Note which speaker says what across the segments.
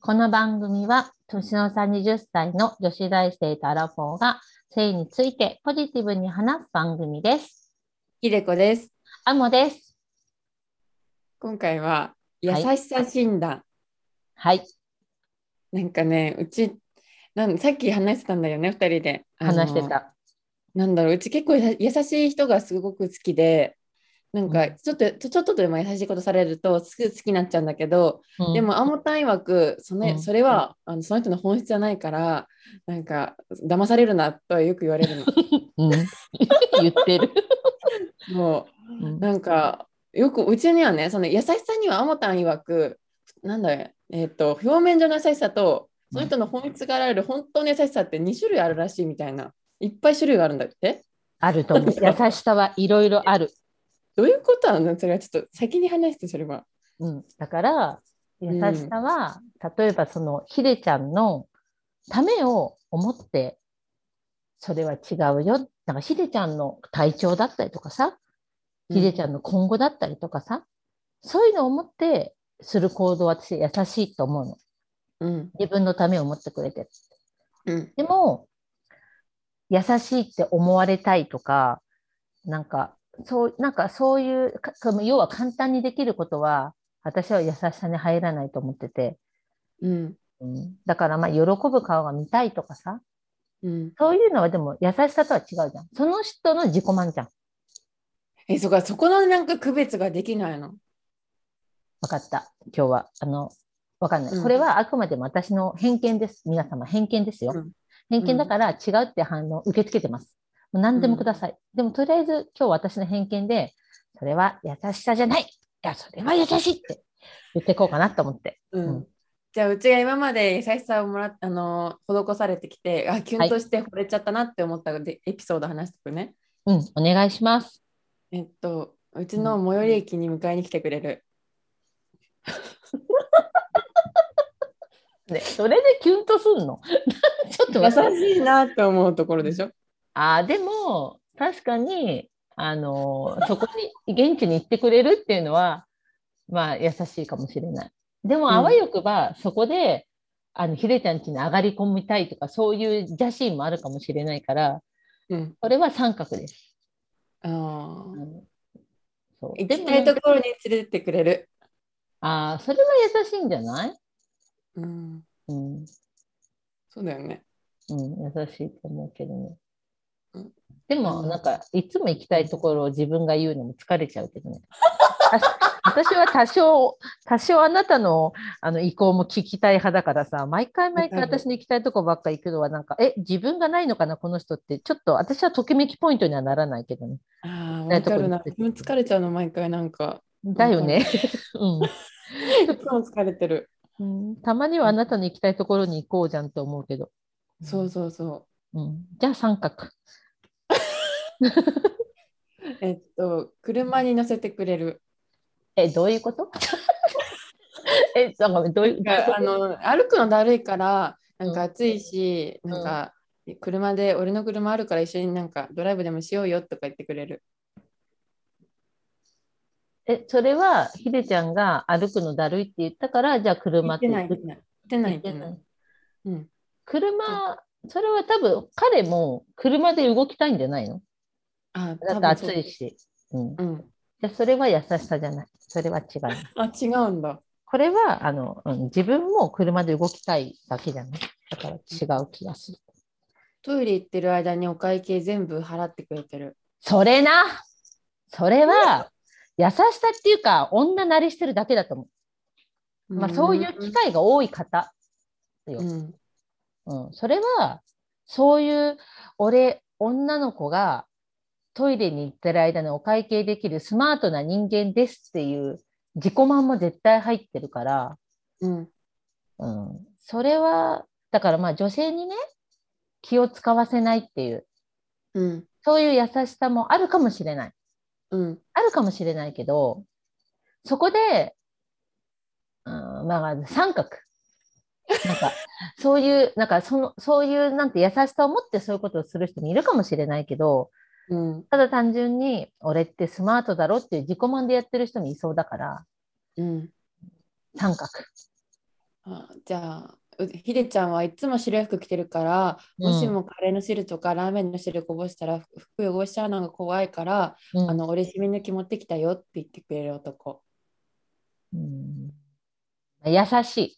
Speaker 1: この番組は、年の差20歳の女子大生とアラフォーが性についてポジティブに話す番組です。
Speaker 2: ひでこです。
Speaker 1: アモです。
Speaker 2: 今回は優
Speaker 1: はい
Speaker 2: しさ診断。
Speaker 1: はい、
Speaker 2: なんかね、うちなんさっき話してたんだよね、二人で。あの
Speaker 1: 話して。た。
Speaker 2: なんだろう、うち結構や優しい人がすごく好きで、なん
Speaker 1: う
Speaker 2: か
Speaker 1: ん
Speaker 2: ちょっとちょちょっとでも優しいことされるとすぐ好きになっちゃうんだけど、
Speaker 1: うん
Speaker 2: で、もあもたん曰くその、
Speaker 1: うん
Speaker 2: それはあのその人の本質じゃないから、なんか騙されるなとはよく 言わ れる
Speaker 1: うん、言ってる。
Speaker 2: の。もう
Speaker 1: うん
Speaker 2: なんかよくうちにはねその優しさにはあもたん曰くなんだろうえっと表面上の優しさとその人の本質があられる本当の優しさって2種類あるらしいみたいないっぱい種類があるんだって
Speaker 1: あると思う。優しさはいろいろある。
Speaker 2: どういうことなのそれはちょっと先に話してそれは
Speaker 1: うん、だから、優しさは、例えばそのひでちゃんのためを思って、それは違うよ。なんかひでちゃんの体調だったりとかさ、ひでちゃんの今後だったりとかさ、そういうのを思ってする行動は私優しいと思うの。
Speaker 2: うん
Speaker 1: 自分のためを思ってくれてる。
Speaker 2: うん
Speaker 1: でも、優しいって思われたいとか、なんか、そう、なんかそういう、かその要は簡単にできることは、私は優しさに入らないと思ってて、
Speaker 2: うん
Speaker 1: うん、だからまあ、喜ぶ顔が見たいとかさ、
Speaker 2: うん
Speaker 1: そういうのはでも優しさとは違うじゃん。その人の自己満じゃん。
Speaker 2: えそこそこのなんか区別ができないの
Speaker 1: わかった。今日は、あの、わかんない。
Speaker 2: うん
Speaker 1: これはあくまでも私の偏見です。皆様、偏見ですよ。
Speaker 2: うん
Speaker 1: 偏見だから違うって反応受け付けてます。もう何でもください。でも、とりあえず今日は私の偏見で、それは優しさじゃない。いや、それは優しいって言っていこうかなと思って。
Speaker 2: うんじゃあうちが今まで優しさをもらっあの施されてきてあキュンとして惚れちゃったなって思ったで、エピソード話してくね
Speaker 1: うん、お願いします。
Speaker 2: えっと、うちの最寄り駅に迎えに来てくれる。
Speaker 1: ね、それでキュンとすんの ちょっと
Speaker 2: 優
Speaker 1: 待って
Speaker 2: しいなって思うところでしょ。
Speaker 1: あーでも確かにあのーそこに現地に行ってくれるっていうのは まあ優しいかもしれないで
Speaker 2: う
Speaker 1: も
Speaker 2: ん
Speaker 1: あわよくばそこで、あのひでちゃん家に上がり込みたいとかそういう邪心もあるかもしれないから
Speaker 2: うん。
Speaker 1: これは三角です、
Speaker 2: あ
Speaker 1: う
Speaker 2: あ。
Speaker 1: んそう
Speaker 2: 行
Speaker 1: で
Speaker 2: き
Speaker 1: も
Speaker 2: たいところに連れてってくれる。
Speaker 1: あーそれは優しいんじゃない、
Speaker 2: うん。
Speaker 1: うん
Speaker 2: そうだよね。
Speaker 1: うん、優しいと思うけどね
Speaker 2: うん。
Speaker 1: でも、
Speaker 2: うん
Speaker 1: なんか、いつも行きたいところを自分が言うのも疲れちゃうけどね。 私は多少、多少あなたのあの意向も聞きたい派だからさ、毎回毎回
Speaker 2: わかる
Speaker 1: 私の行きたいとこばっか行くのは、なんか、え、自分がないのかな、この人って、ちょっと私はときめきポイントにはならないけどね。
Speaker 2: あ
Speaker 1: 行
Speaker 2: あ、
Speaker 1: きた
Speaker 2: わか
Speaker 1: いとこ
Speaker 2: る
Speaker 1: に
Speaker 2: な。自分疲れちゃうの、毎回なんか。
Speaker 1: だよね。
Speaker 2: いつも疲れてる。
Speaker 1: うん、うんたまにはあなたの行きたいところに行こうじゃんと思うけど。
Speaker 2: そうそうそ
Speaker 1: うん、じゃあ、三角。
Speaker 2: う。えっと、車に乗せてくれる。
Speaker 1: え、どういうこと え、なんかどういう
Speaker 2: があの歩くのだるいから、なんか暑いし、
Speaker 1: ん
Speaker 2: なんか。車で俺の車あるから一緒になんかドライブでもしようよとか言ってくれる。
Speaker 1: え、それはひでちゃんが歩くのだるいって言ったから、じゃあ車
Speaker 2: 行
Speaker 1: っ
Speaker 2: ってて
Speaker 1: 言
Speaker 2: な
Speaker 1: っ
Speaker 2: い。
Speaker 1: て
Speaker 2: 行ってない。行っ
Speaker 1: 言
Speaker 2: て
Speaker 1: って
Speaker 2: な
Speaker 1: ないい。
Speaker 2: うん。
Speaker 1: 車、それは多分彼も車で動きたいんじゃないの
Speaker 2: あ、
Speaker 1: だ
Speaker 2: 多
Speaker 1: って
Speaker 2: 分そう
Speaker 1: 暑い。し。うん、じ
Speaker 2: うん。
Speaker 1: ゃあそれは優しさじゃない。それは違う。
Speaker 2: あ、違うんだ。
Speaker 1: これはあの、うん、自分も車で動きたいだけじゃない。だから違う気がする。
Speaker 2: トイレ行ってる間にお会計全部払ってくれてる。
Speaker 1: それなそれは優しさっていうか、女慣れしてるだけだと思う。まあ、そういう機会が多い方よ、
Speaker 2: うん。
Speaker 1: うんそれはそういう俺女の子がトイレに行ってる間にお会計できるスマートな人間ですっていう自己満も絶対入ってるから、
Speaker 2: うん。
Speaker 1: うん、それはだからまあ女性にね気を使わせないっていう
Speaker 2: うん。
Speaker 1: そういう優しさもあるかもしれない
Speaker 2: うん。
Speaker 1: あるかもしれないけどそこで、うん、まあ三角なんか そういうなんかそのそういうなんて優しさを持ってそういうことをする人もいるかもしれないけど
Speaker 2: うん。
Speaker 1: ただ単純に俺ってスマートだろっていう自己満でやってる人もいそうだから
Speaker 2: うん。
Speaker 1: 三角
Speaker 2: あじゃあうひでちゃんはいつも白い服着てるから、
Speaker 1: うん
Speaker 2: もしもカレーの汁とかラーメンの汁こぼしたらふ服汚しちゃうのが怖いから、
Speaker 1: うん
Speaker 2: あの俺染み抜き持ってきたよって言ってくれる男。
Speaker 1: うん優しい。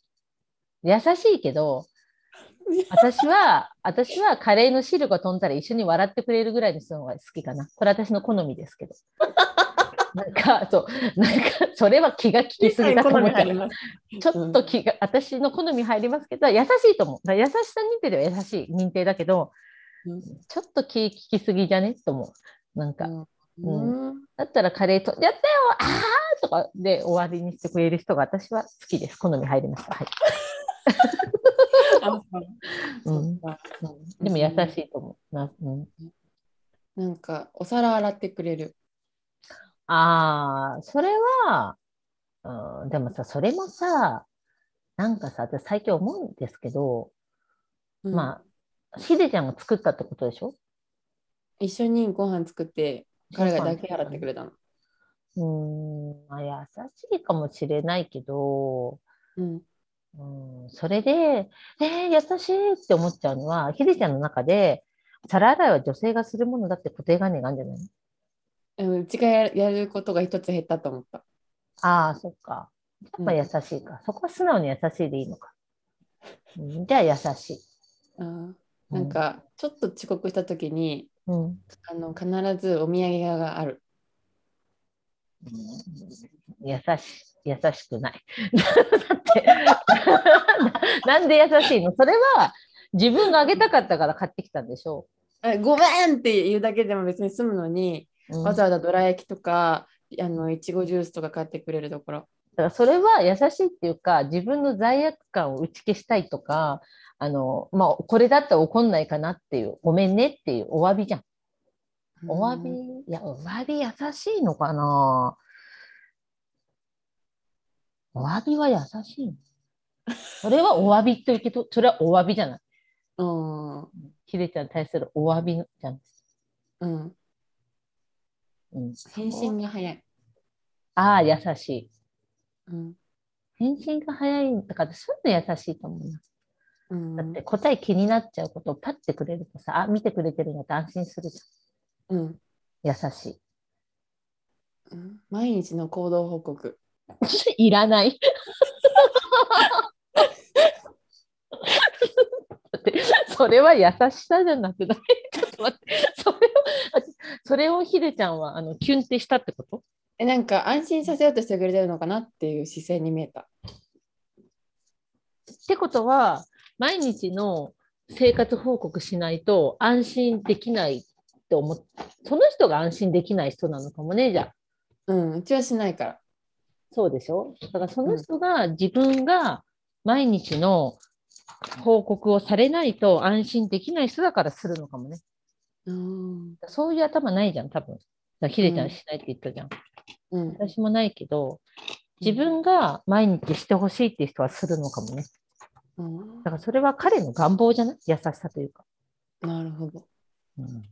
Speaker 1: 優しいけど、私 は、私はカレーの汁が飛んだら一緒に笑ってくれるぐらいにするのが好きかな。これ私の好みですけ ど。なんか、そう、なんか、それは気が利きすぎたと思うから、ち
Speaker 2: ます。
Speaker 1: ょっと気が、私の好み入りますけど、優しいと思う。だから優しさ認定では優しい認定だけど、
Speaker 2: うん
Speaker 1: ちょっと気利きすぎじゃねと思う。なんか、
Speaker 2: うん
Speaker 1: だったらカレーと、やったよあーとかで終わりにしてくれる人が私は好きです。好み入りました。はい。
Speaker 2: あ
Speaker 1: う
Speaker 2: そ
Speaker 1: ん
Speaker 2: っか
Speaker 1: でも優しいと思う。なうん、
Speaker 2: なんかお皿洗ってくれる。
Speaker 1: ああ、それは、うん、でもさ、それもさ、なんかさ、私最近思うんですけど、
Speaker 2: うん
Speaker 1: まあ、ひでちゃんが作ったってことでしょ
Speaker 2: 一緒にご飯作って彼がだけ洗ってくれたの。
Speaker 1: うーん、まあ、優しいかもしれないけど、
Speaker 2: うん
Speaker 1: うん、それで、えー、優しいって思っちゃうのは、ひでちゃんの中で、皿洗いは女性がするものだって固定概念があるんじゃないの
Speaker 2: うんうちがやるやることが一つ減ったと思った。
Speaker 1: ああ、そっか。
Speaker 2: うん
Speaker 1: やっぱ優しいか。そこは素直に優しいでいいのか。うんじゃあ優しい。
Speaker 2: うんなん、かちょっと遅刻した時に
Speaker 1: うんうん
Speaker 2: あの必ずお土産屋がある。
Speaker 1: 優し優しくない。 だって ななんで優しいのそれは自分があげたかったから買ってきたんでしょ
Speaker 2: えごめんって言うだけでも別に済むのに、
Speaker 1: う。うん
Speaker 2: わざわざどら焼きとかあのいちごジュースとか買ってくれるところ。
Speaker 1: だからそれは優しいっていうか自分の罪悪感を打ち消したいとかあの、まあ、これだったら怒んないかなっていうごめんねっていうお詫びじゃん。お詫び、
Speaker 2: うん
Speaker 1: いや、お詫び優しいのかなお詫びは優しいのそれはお詫びというけど、それはお詫びじゃない。
Speaker 2: うん
Speaker 1: ひでちゃんに対するお詫びじゃない。
Speaker 2: うん、
Speaker 1: うん、
Speaker 2: 返信が早い。
Speaker 1: ああ、優しい。
Speaker 2: うん
Speaker 1: 返信が早いとかって、そういうの優しいと思うな。
Speaker 2: うん
Speaker 1: だって答え気になっちゃうことをパッてくれるとさ、あ、見てくれてるんだって安心するじ
Speaker 2: うん
Speaker 1: ゃん。優し
Speaker 2: うん毎日の行動報告。
Speaker 1: い。いらない。だってそれは優しさじゃなくない ちょっと待ってそれをそれをひでちゃんはあのキュンってしたってこと
Speaker 2: えなんか安心させようとしてくれてるのかなっていう姿勢に見えた。
Speaker 1: ってことは毎日の生活報告しないと安心できないって思っその人が安心できない人なのかもねじゃあ
Speaker 2: うん、うちはしないから。
Speaker 1: そうでしょだからその人が自分が毎日の報告をされないと安心できない人だからするのかもね。
Speaker 2: うん、
Speaker 1: そういう頭ないじゃん、多分。だからひでちゃ
Speaker 2: うんん
Speaker 1: しないって言ったじゃん。
Speaker 2: うん、
Speaker 1: 私もないけど、自分が毎日してほしいっていう人はするのかもね。
Speaker 2: うん
Speaker 1: だからそれは彼の願望じゃない優しさというか。
Speaker 2: なるほど。
Speaker 1: うん、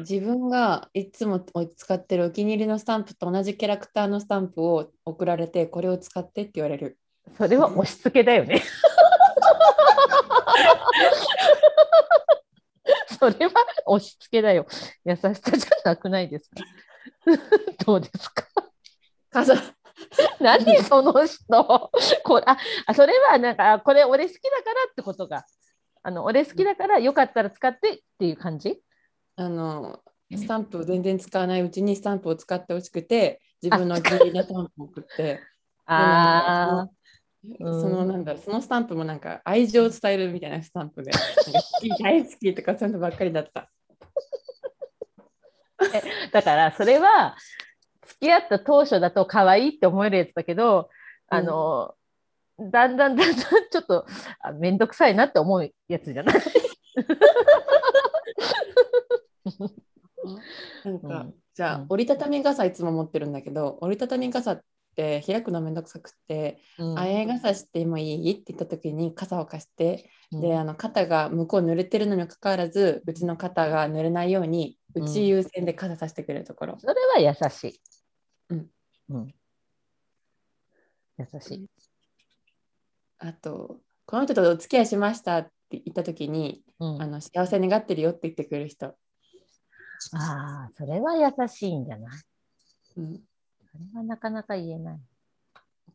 Speaker 2: 自分がいつも使ってるお気に入りのスタンプと同じキャラクターのスタンプを送られてこれを使ってって言われる。
Speaker 1: それは押し付けだよね。それは押し付けだよ。優しさじゃなくないですか どうですか
Speaker 2: 傘
Speaker 1: 何その人こああそれはなんかあこれ俺好きだからってことがあの俺好きだからよかったら使ってっていう感じ
Speaker 2: あのスタンプを全然使わないうちにスタンプを使ってほしくて自分のお気に入りのスタンプを送って
Speaker 1: ああ
Speaker 2: そ
Speaker 1: うん
Speaker 2: のなんだろうそのスタンプもなんか愛情を伝えるみたいなスタンプでなんか好き大好きとかそういうのばっかりだった。
Speaker 1: だからそれは付き合った当初だと可愛いって思えるやつだけどあの、だんだんだんだんちょっとあ面倒くさいなって思うやつじゃない、
Speaker 2: なんか、
Speaker 1: うん
Speaker 2: じゃあ、
Speaker 1: うん
Speaker 2: 折りたたみ傘いつも持ってるんだけど折りたたみ傘って開くのめんどくさくってあや傘してもいいって言った時に傘を貸して、
Speaker 1: うん
Speaker 2: であの肩が向こう濡れてるのにもかかわらずうちの肩が濡れないように
Speaker 1: うん
Speaker 2: うち優先で傘さしてくれるところ、
Speaker 1: それは優しい、
Speaker 2: うん
Speaker 1: うん優しい
Speaker 2: あとこの人とお付き合いしましたって言った時に
Speaker 1: うん、
Speaker 2: あ
Speaker 1: あ
Speaker 2: の幸せ願ってるよって言ってくれる人、
Speaker 1: あー、それは優しいんじゃない
Speaker 2: うん、
Speaker 1: それはなかなか言えない。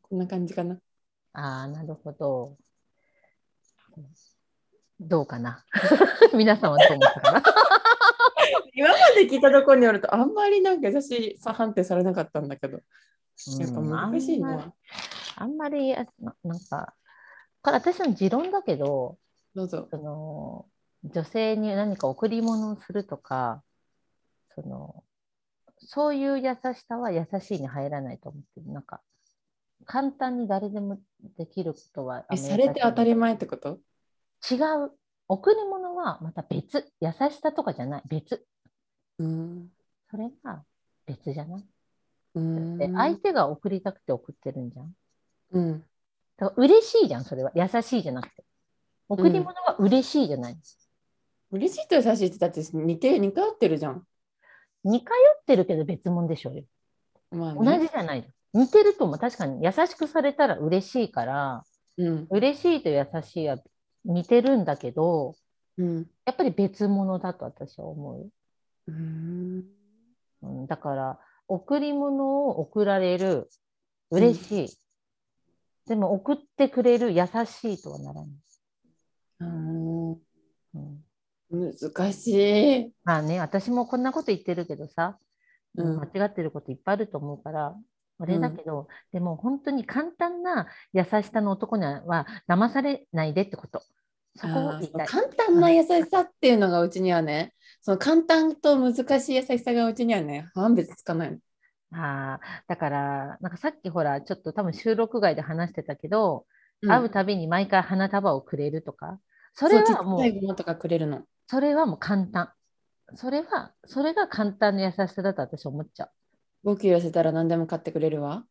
Speaker 2: こんな感じかな
Speaker 1: ああ、なるほど。どうかな 皆さんはどう思ったかな
Speaker 2: 今まで聞いたところによるとあんまりなんか優しさ判定されなかったんだけどやっぱ難しい
Speaker 1: うんあん
Speaker 2: な、
Speaker 1: まあんまりあななんかこれ私の持論だけど
Speaker 2: どうぞ
Speaker 1: その女性に何か贈り物をするとかそのそういう優しさは優しいに入らないと思ってるなんか簡単に誰でもできることは
Speaker 2: えされて当たり前ってこと
Speaker 1: 違う贈り物はまた別優しさとかじゃない別
Speaker 2: うん
Speaker 1: それが別じゃない
Speaker 2: うん
Speaker 1: で相手が贈りたくて贈ってるんじゃん
Speaker 2: うん
Speaker 1: だから嬉しいじゃんそれは優しいじゃなくて贈り物は嬉しいじゃない、
Speaker 2: 嬉しいと優しいってだって似て似通ってるじゃん、
Speaker 1: 似通ってるけど別物でしょうよ
Speaker 2: まあ
Speaker 1: 同
Speaker 2: ね
Speaker 1: じじゃない似てるとも確かに優しくされたら嬉しいから
Speaker 2: うん
Speaker 1: 嬉しいと優しいは似てるんだけど
Speaker 2: うん
Speaker 1: やっぱり別物だと私は思う
Speaker 2: うん
Speaker 1: うん、だから贈り物を贈られる嬉しい、でも贈ってくれる優しいとはならない、
Speaker 2: うん
Speaker 1: うん、
Speaker 2: 難しい
Speaker 1: まあね私もこんなこと言ってるけどさ、
Speaker 2: うん
Speaker 1: 間違ってることいっぱいあると思うからあれだけど、でも本当に簡単な優しさの男には騙されないでってことそこを
Speaker 2: あー
Speaker 1: 言いたい
Speaker 2: 簡単な優しさっていうのがうちにはね、その簡単と難しい優しさがうちにはね、判別つかないの。
Speaker 1: あーだからなんかさっきほらちょっと多分収録外で話してたけど、
Speaker 2: うん
Speaker 1: 会うたびに毎回花束をくれるとかそ
Speaker 2: そ
Speaker 1: れはも
Speaker 2: う
Speaker 1: う
Speaker 2: ちっちゃいものとかくれるの。
Speaker 1: それはもう簡単。それは、それが簡単な優しさだと私思っちゃ
Speaker 2: 5キロ痩せたら何でも買ってくれるわ。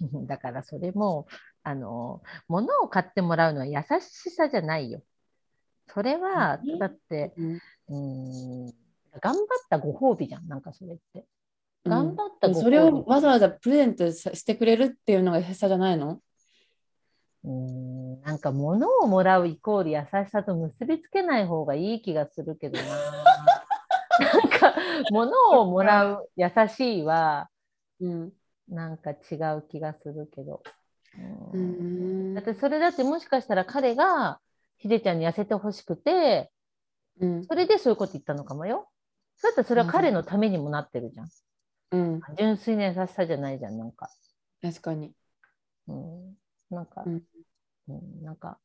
Speaker 1: う。だからそれも、あの、物を買ってもらうのは優しさじゃないよ。それは、
Speaker 2: ね
Speaker 1: だって、
Speaker 2: うん
Speaker 1: うーん、頑張ったご褒美じゃん、なんかそれって。頑張った
Speaker 2: うん
Speaker 1: ご褒美。
Speaker 2: それをわざわざプレゼントさしてくれるっていうのが優しさじゃないの
Speaker 1: うーん、なんか物をもらうイコール優しさと結びつけない方がいい気がするけ どな。なんか、物をもらう優しいは、
Speaker 2: うん。
Speaker 1: なんか違う気がするけど。う
Speaker 2: うんん
Speaker 1: だってそれだってもしかしたら彼がひでちゃんに痩せてほしくて
Speaker 2: うん
Speaker 1: それでそういうこと言ったのかもよ。そうだったらそれは彼のためにもなってるじゃん。
Speaker 2: うん、
Speaker 1: 純粋な優しさじゃないじゃんなんか。
Speaker 2: 確かに。
Speaker 1: うん、なんか、う
Speaker 2: うんん
Speaker 1: なんか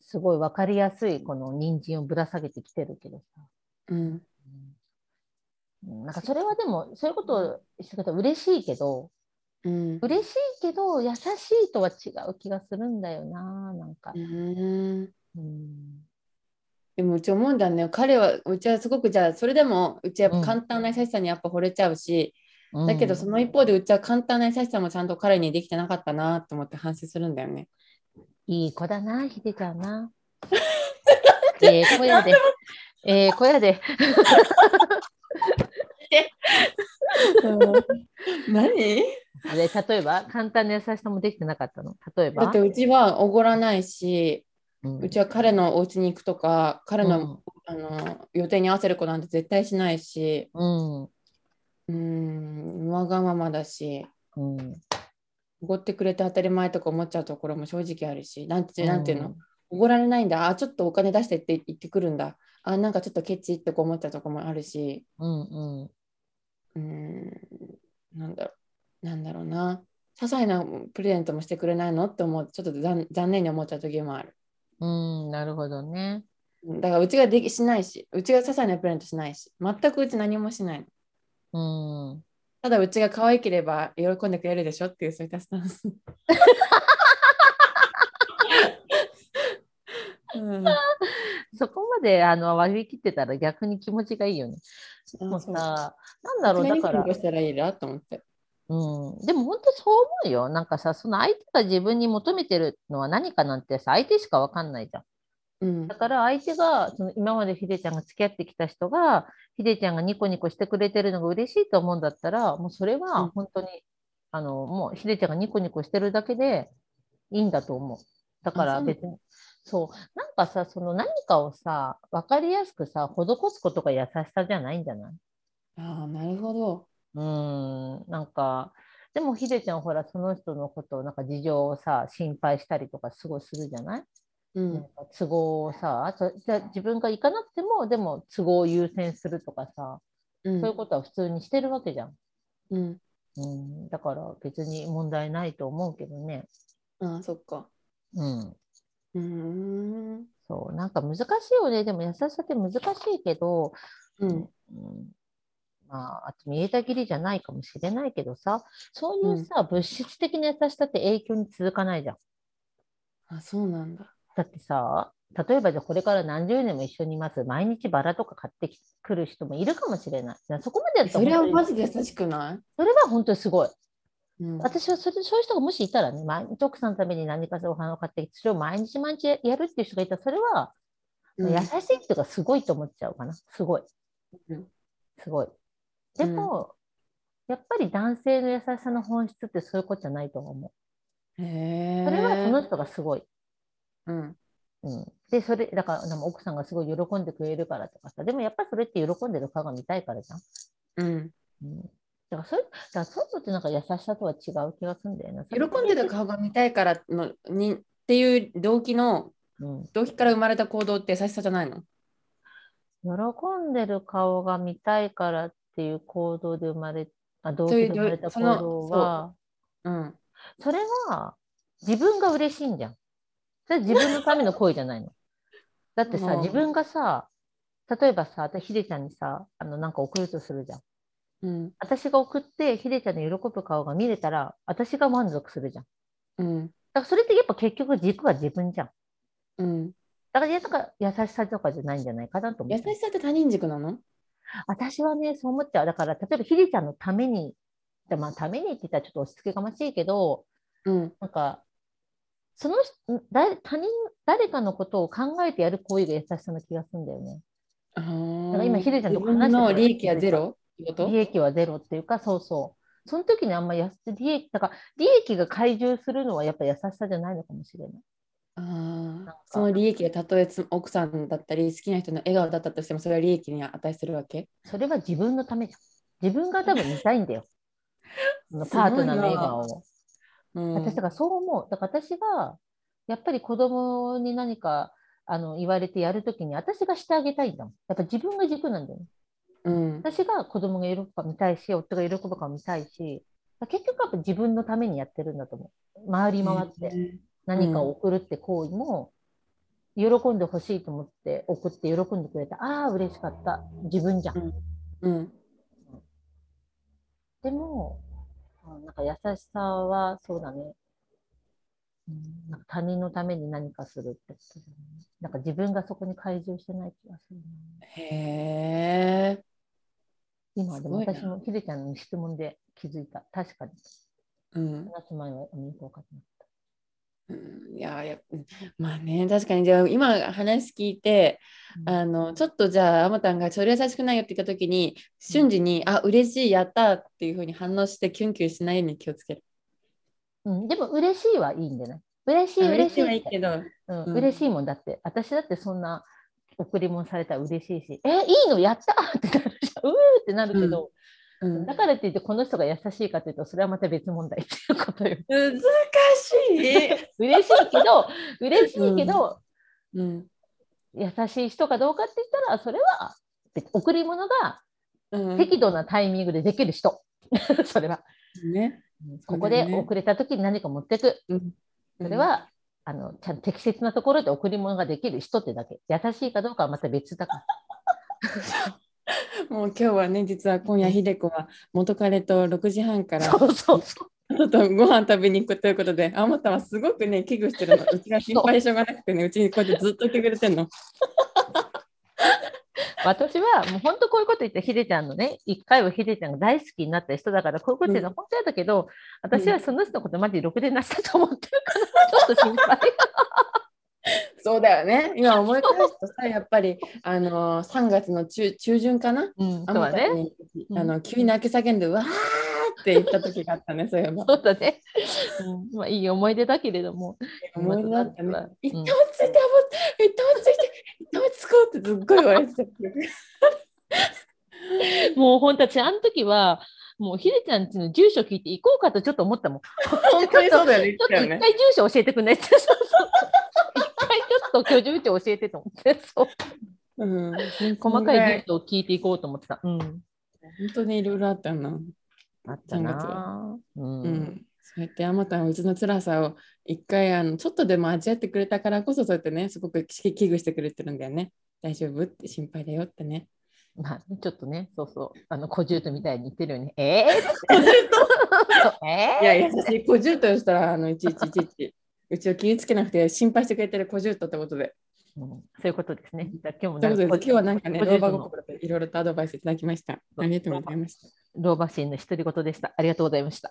Speaker 1: すごい分かりやすいこの人参をぶら下げてきてるけどさ。
Speaker 2: うん。
Speaker 1: うんなんかそれはでもそういうことをしてくれたら嬉しいけど、
Speaker 2: うん。
Speaker 1: 嬉しいけど優しいとは違う気がするんだよななんか
Speaker 2: う、ん
Speaker 1: うん
Speaker 2: でもうち思うんだね。彼は、うちはすごくじゃあ、それでもうちはやっぱ簡単な優しさにやっぱ惚れちゃうし、だけどその一方でうちは簡単な優しさもちゃんと彼にできてなかったなと思って反省するんだよね。
Speaker 1: いい子だなひでちゃん なええ子やでええ子やで
Speaker 2: 何
Speaker 1: で例えば簡単な優しさもできてなかったの例えば
Speaker 2: だってうちはおごらないし
Speaker 1: うん
Speaker 2: うちは彼のお家に行くとか彼の,、
Speaker 1: うん
Speaker 2: あの予定に合わせる子なんて絶対しないし
Speaker 1: うん
Speaker 2: うんわがままだし
Speaker 1: うん
Speaker 2: おごってくれて当たり前とか思っちゃうところも正直あるしなんてなんていうの、
Speaker 1: うん
Speaker 2: おごられないんだあちょっとお金出してって言ってくるんだあなんかちょっとケチってこう思っちゃうとこもあるし
Speaker 1: うんうん
Speaker 2: うーんなんだろう、なんだろうな。些細なプレゼントもしてくれないのって思う、ちょっと残残念に思っちゃう時もある。
Speaker 1: うんなるほどね
Speaker 2: だからうちができしないし、うちが些細なプレゼントしないし、全くうち何もしないの。
Speaker 1: うん
Speaker 2: ただうちが可愛ければ喜んでくれるでしょっていうそういったスタンス。うん、
Speaker 1: そこまであの割り切ってたら逆に気持ちがいいよね。
Speaker 2: あ
Speaker 1: もう
Speaker 2: そう
Speaker 1: さ、なんだろう、だから
Speaker 2: 何。をしたらいいなと思って。
Speaker 1: うん、でも本当そう思うよ。なんかさ、その相手が自分に求めてるのは何かなんてさ、相手しかわかんないじゃん。
Speaker 2: うん
Speaker 1: だから相手が、その今までひでちゃんが付き合ってきた人が、ひでちゃんがニコニコしてくれてるのが嬉しいと思うんだったら、もうそれ
Speaker 2: う
Speaker 1: は
Speaker 2: ん
Speaker 1: 本当に、あの、もうひでちゃんがニコニコしてるだけでいいんだと思だから
Speaker 2: あそうなの
Speaker 1: 別に。そう。なんかさ、その何かをさ、わかりやすくさ、施すことが優しさじゃないんじゃない
Speaker 2: ああ、なるほど。
Speaker 1: うーん、なんか、でもひでちゃんほら、その人のことを、なんか事情をさ、心配したりとかすごいするじゃない、
Speaker 2: うん。
Speaker 1: なんか都合をさ、あと、じゃあ自分が行かなくても、でも都合を優先するとかさ、
Speaker 2: うん
Speaker 1: そういうことは普通にしてるわけじゃん。
Speaker 2: うん。
Speaker 1: うん、だから別に問題ないと思うけどね。
Speaker 2: ああ、そっか。
Speaker 1: うん。
Speaker 2: うーん。
Speaker 1: そう、なんか難しいよね。でも優しさって難しいけど、
Speaker 2: うん。
Speaker 1: うん、まあ、あと見えたきりじゃないかもしれないけどさ、そういうさ、物質的な優しさって永久に続かないじゃん。
Speaker 2: あ、そうなんだ。
Speaker 1: だってさ、例えばじゃあこれから何十年も一緒にいます、毎日バラとか買ってきくる人もいるかもしれない。いやそこまでやった
Speaker 2: そ
Speaker 1: ら
Speaker 2: れは
Speaker 1: 本当
Speaker 2: マ
Speaker 1: に
Speaker 2: ジで優しくな
Speaker 1: それは本当にすごい。
Speaker 2: い、うん、
Speaker 1: 私はそれそういう人がもしいたらね、毎日奥さんのために何かしらお花を買ってきて、それを毎日毎日やるっていう人がいたら、それは、
Speaker 2: うん
Speaker 1: 優しい人がすごいと思っちゃうかな。すごい
Speaker 2: うん。
Speaker 1: すごい。でも、やっぱり男性の優しさの本質ってそういうことじゃないと思
Speaker 2: へえ
Speaker 1: う。それはその人がすごい。
Speaker 2: うん
Speaker 1: うん、で、それ、だから、でも奥さんがすごい喜んでくれるからとかさ、でもやっぱりそれって喜んでる顔が見たいからじゃん。
Speaker 2: うん、
Speaker 1: うん、だからそういう、だからそういうのってなんか優しさとは違う気がするんだよな。
Speaker 2: 喜んでた顔が見たいからのにっていう動機の
Speaker 1: うん、
Speaker 2: 動機から生まれた行動って優しさじゃないの
Speaker 1: 喜んでる顔が見たいからっていう行動で生まれ、あ動機で生まれた行動は、
Speaker 2: うん
Speaker 1: それは自分が嬉しいんじゃん。それ自分のための行為じゃないの。だってさ、
Speaker 2: うん
Speaker 1: 自分がさ、例えばさ、私、ひでちゃんにさ、あの、なんか送るとするじゃん。
Speaker 2: うん
Speaker 1: 私が送って、ひでちゃんの喜ぶ顔が見れたら、私が満足するじゃん。
Speaker 2: うん
Speaker 1: だからそれってやっぱ結局軸は自分じゃん。
Speaker 2: うん
Speaker 1: だから、いやなんか優しさとかじゃないんじゃないかなと思
Speaker 2: 優
Speaker 1: っ。
Speaker 2: してさって他人軸なの
Speaker 1: 私はね、そう思っちゃう。だから、例えばひでちゃんのために、でまあ、ためにって言ったらちょっと押し付けがましいけど、
Speaker 2: うん
Speaker 1: なんか、その人誰他人、誰かのことを考えてやる行為が優しさな気がするんだよね。
Speaker 2: あ
Speaker 1: だから今ヒデちゃんと
Speaker 2: 自
Speaker 1: 話してた
Speaker 2: 分の利益はゼロってこと
Speaker 1: 利益はゼロっていうか、そうそう。その時にあんま安利益、だから利益が懐柔するのはやっぱ優しさじゃないのかもしれない。
Speaker 2: あ
Speaker 1: か
Speaker 2: ーその利益がたとえつ奥さんだったり好きな人の笑顔だったとしてもそれは利益に値するわけ
Speaker 1: それは自分のためじゃん。自分が多分見たいんだ よ。そのパートナーの笑顔を。
Speaker 2: うん
Speaker 1: 私、だからそう思う。だから私が、やっぱり子供に何かあの言われてやるときに、私がしてあげたいんだもん。やっぱ自分が軸なんだよね。
Speaker 2: うん、
Speaker 1: 私が子供が喜ぶか見たいし、夫が喜ぶか見たいし、結局やっぱ自分のためにやってるんだと思う。回り回って。何かを送るって行為も、喜んでほしいと思って送って喜んでくれた。ああ、嬉しかった。自分じゃん。
Speaker 2: うん
Speaker 1: でも、うんなんか優しさはそうだね。うんなんか他人のために何かするってことだよね。なんか自分がそこに介入してない気がするな。
Speaker 2: へえ、
Speaker 1: 今でも
Speaker 2: すごいな
Speaker 1: 私もひでちゃんの質問で気づいた。確かに。
Speaker 2: うん、
Speaker 1: 話す前はよく分かってなかっ
Speaker 2: うんいやいやうんまあね確かにじゃあ今話聞いて
Speaker 1: た。
Speaker 2: あのちょっとじゃああまたんが「それ優しくないよ」って言った時に瞬時に「あ嬉しいやった」っていうふうに反応してキュンキュンしないように気をつける。
Speaker 1: うん、でも嬉しいはいいんじゃない嬉しい、
Speaker 2: あ
Speaker 1: 嬉しい
Speaker 2: は
Speaker 1: っ
Speaker 2: い
Speaker 1: て
Speaker 2: いけど
Speaker 1: うん
Speaker 2: うん
Speaker 1: 嬉しいもんだって私だってそんな贈り物されたら嬉しいしえいいのやったってなるじゃんうーってなるけど、
Speaker 2: うん
Speaker 1: だからって言ってこの人が優しいかというとそれはまた別問題っていうことよ
Speaker 2: 難し い、
Speaker 1: 嬉しいけ ど嬉しいけど、
Speaker 2: うん
Speaker 1: 優しい人かどうかって言ったらそれは贈り物が
Speaker 2: うん
Speaker 1: 適度なタイミングでできる人 それは、
Speaker 2: ね
Speaker 1: ここで
Speaker 2: そうだよね
Speaker 1: 遅れた時に何か持ってく
Speaker 2: うん
Speaker 1: それは、あのちゃん適切なところで贈り物ができる人ってだけ優しいかどうかはまた別だから
Speaker 2: もう今日はね実は今夜ひで子は元彼と6時半から
Speaker 1: そうそうそ
Speaker 2: ちょっとご飯食べに行くということで、あまたはすごくね、危惧してるの。うちが心配性がなくてね、うちにこうやってずっといてくれてんの。
Speaker 1: う。私はもう本当こういうこと言ってヒデちゃんのね、一回はヒデちゃんが大好きになった人だから、こういうこと言うのは本当やだけど、私はその人のことマジでろくでなしたと思ってるから、ちょっと心 配。
Speaker 2: そうだよね。今思い返すとさ、やっぱり、あのー、3月の中中旬かな。
Speaker 1: うん、そ
Speaker 2: あ
Speaker 1: うだね。
Speaker 2: にあの急に泣き叫んで、うわーっって言った時があったね、そういえ ば。
Speaker 1: そうだね。まあ、いい思い出だけれども。
Speaker 2: 思い出だったね
Speaker 1: うん。
Speaker 2: 一旦落ち着いて、あぼ一旦落ち着いて、一旦落ち着こうってすっごい言われてた。
Speaker 1: もう本当私、あの時は、もうひでちゃんちの住所聞いて行こうかとちょっと思ったもん。
Speaker 2: 本当にそうだよね。
Speaker 1: ちょっと一回住所教えてくんないって。そうそう一回ちょっと居住地教えてと思って。そう
Speaker 2: うん、
Speaker 1: 細かい住所を聞いていこうと思ってた。うん。
Speaker 2: 本当にいろいろあったな。
Speaker 1: あったなぁ。うん。
Speaker 2: うん、そうやってあまたんはうちの辛さを一回あのちょっとでも味わってくれたからこそそうやってねすごく危惧してくれてるんだよね大丈夫って心配だよってね
Speaker 1: まあ、ちょっとね、そうそう。あの、小獣とみたいに言ってるよね。えー、え
Speaker 2: いや優しい小獣としたらあのいちいちいちいちうちを気につけなくて心配してくれてる小獣とってことで
Speaker 1: ー、うんそういうことですね。じゃあ今日も
Speaker 2: ということで今
Speaker 1: なんか
Speaker 2: 日はなんかね
Speaker 1: 小
Speaker 2: 老
Speaker 1: 獣
Speaker 2: 婆
Speaker 1: と
Speaker 2: 心
Speaker 1: の
Speaker 2: でいろいろとアドバイスいただきました
Speaker 1: そう
Speaker 2: ありがとうございました
Speaker 1: 老婆心の独り言でした。ありがとうございました。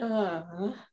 Speaker 2: ああ